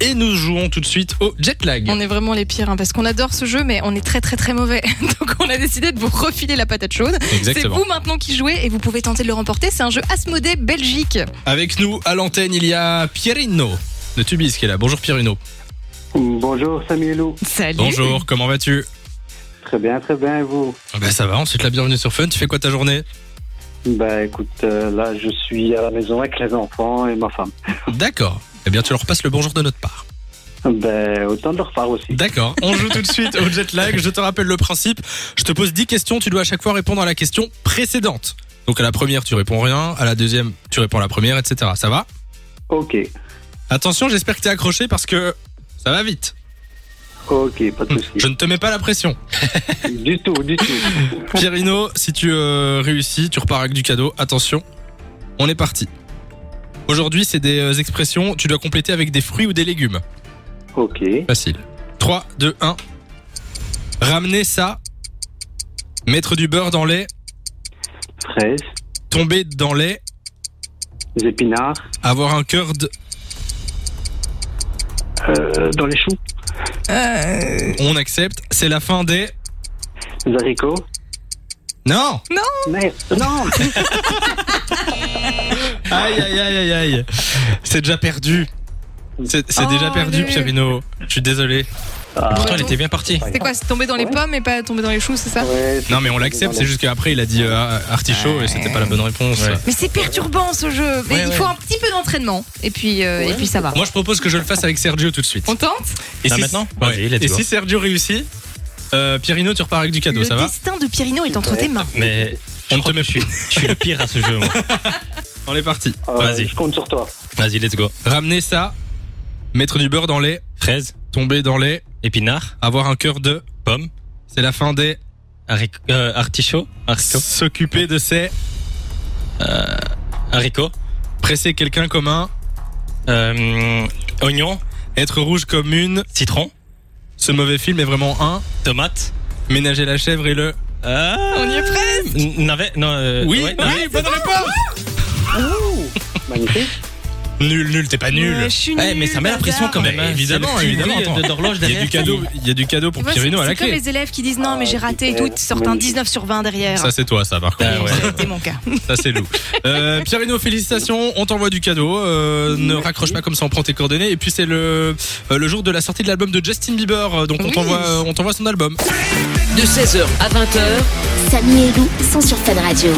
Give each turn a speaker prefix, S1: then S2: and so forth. S1: et nous jouons tout de suite au jet lag.
S2: On est vraiment les pires, hein, parce qu'on adore ce jeu, mais on est très très très mauvais. Donc on a décidé de vous refiler la patate chaude. C'est
S1: Exactement.
S2: vous maintenant qui jouez et vous pouvez tenter de le remporter. C'est un jeu Asmodée Belgique.
S1: Avec nous à l'antenne, il y a Pierino de Tubis qui est là. Bonjour Pierino.
S3: Bonjour Samuelou.
S2: Salut.
S1: Bonjour, comment vas-tu
S3: Très bien, très bien, et vous
S1: Ah Bah ça va, on te souhaite la bienvenue sur Fun. Tu fais quoi ta journée
S3: Bah écoute, euh, là je suis à la maison avec les enfants et ma femme.
S1: D'accord. Eh bien, tu leur passes le bonjour de notre part.
S3: Ben autant de leur part aussi.
S1: D'accord. On joue tout de suite au jet lag. Je te rappelle le principe. Je te pose 10 questions. Tu dois à chaque fois répondre à la question précédente. Donc à la première, tu réponds rien. À la deuxième, tu réponds à la première, etc. Ça va
S3: Ok,
S1: Attention, j'espère que t'es accroché parce que ça va vite.
S3: ok, pas de souci.
S1: Je ne te mets pas la pression.
S3: du tout, du tout.
S1: Pierino, si tu euh, réussis, tu repars avec du cadeau. Attention, on est parti. Aujourd'hui, c'est des euh, expressions, tu dois compléter avec des fruits ou des légumes.
S3: Ok,
S1: Facile. 3, 2, 1. Ramener ça. Mettre du beurre dans les.
S3: fraises,
S1: Tomber dans les.
S3: épinards,
S1: Avoir un cœur de.
S3: euh, dans les choux,
S2: Euh,
S1: On accepte. C'est la fin des.
S3: les haricots.
S1: Non
S3: Merde, non
S1: Aïe, aïe, aïe, aïe, aïe. C'est déjà perdu. C'est c'est
S2: Oh,
S1: déjà perdu,
S2: nul.
S1: Pierino. Je suis désolé.
S3: Ah,
S1: Pourtant, il était bien parti.
S2: c'est quoi C'est tomber dans les
S3: Ouais.
S2: pommes et pas tomber dans les choux, c'est ça
S3: ouais,
S1: Non mais on l'accepte, c'est juste qu'après il a dit euh, artichaut et c'était pas la bonne réponse.
S2: Mais c'est perturbant ce jeu. Mais
S1: Ouais,
S2: il
S1: ouais.
S2: faut un petit peu d'entraînement. Et puis, euh, et puis ça va.
S1: Moi je propose que je le fasse avec Sergio tout de suite.
S2: On tente
S1: Et
S4: Ah, maintenant
S1: Ouais.
S4: Vas-y, let's
S1: Et
S4: go.
S1: si Sergio réussit, euh, Pierino tu repars avec du cadeau,
S2: Le
S1: ça va
S2: destin de Pierino est entre tes mains.
S4: Mais
S1: On ne te met
S4: je suis, je suis le pire à ce jeu. moi.
S1: On est parti.
S3: Euh,
S4: Vas-y.
S3: Je compte sur toi.
S4: Vas-y, let's go.
S1: Ramener ça, mettre du beurre dans les,
S4: Fraise,
S1: tomber dans les,
S4: épinard,
S1: avoir un cœur de,
S4: pomme,
S1: c'est la fin des,
S4: haric- euh, artichaut, haricot,
S1: s'occuper de ses,
S4: haricot,
S1: presser quelqu'un comme un,
S4: euh, oignon,
S1: être rouge comme une,
S4: citron,
S1: ce mauvais film est vraiment un,
S4: tomate.
S1: ménager la chèvre et le...
S4: Ah,
S2: On y est prêt
S4: n- Navet, non. euh,
S1: oui,
S4: ouais, navet.
S1: oui, bonne réponse
S3: Magnifique.
S1: Nul, nul, t'es pas nul.
S2: Ouais, je suis
S4: Eh, mais ça met la
S2: nulle,
S4: pression
S2: bazar.
S4: quand même.
S1: Mais
S4: hein.
S1: évidemment,
S4: C'est le petit
S1: évidemment,
S4: bruit
S1: attends.
S4: de- d'horloge
S1: Il y a
S4: derrière.
S1: du cadeau, il y a du cadeau pour
S2: Tu vois,
S1: Pierino à
S2: c'est-
S1: la
S2: c'est comme
S1: clé.
S2: les élèves qui disent non, mais j'ai raté et tout, tu sortent un 19 sur 20 derrière.
S1: Ça c'est toi, ça par contre.
S4: Ah ouais.
S2: C'était mon cas.
S1: Ça c'est loup. Euh, Pierino, félicitations, on t'envoie du cadeau. Euh, ne
S3: Merci.
S1: raccroche pas comme ça, on prend tes coordonnées. Et puis c'est le euh, le jour de la sortie de l'album de Justin Bieber, euh, donc on
S2: Oui.
S1: t'envoie euh, on t'envoie son album.
S5: De 16h à 20h,
S6: Samy et Lou sont sur Fun Radio.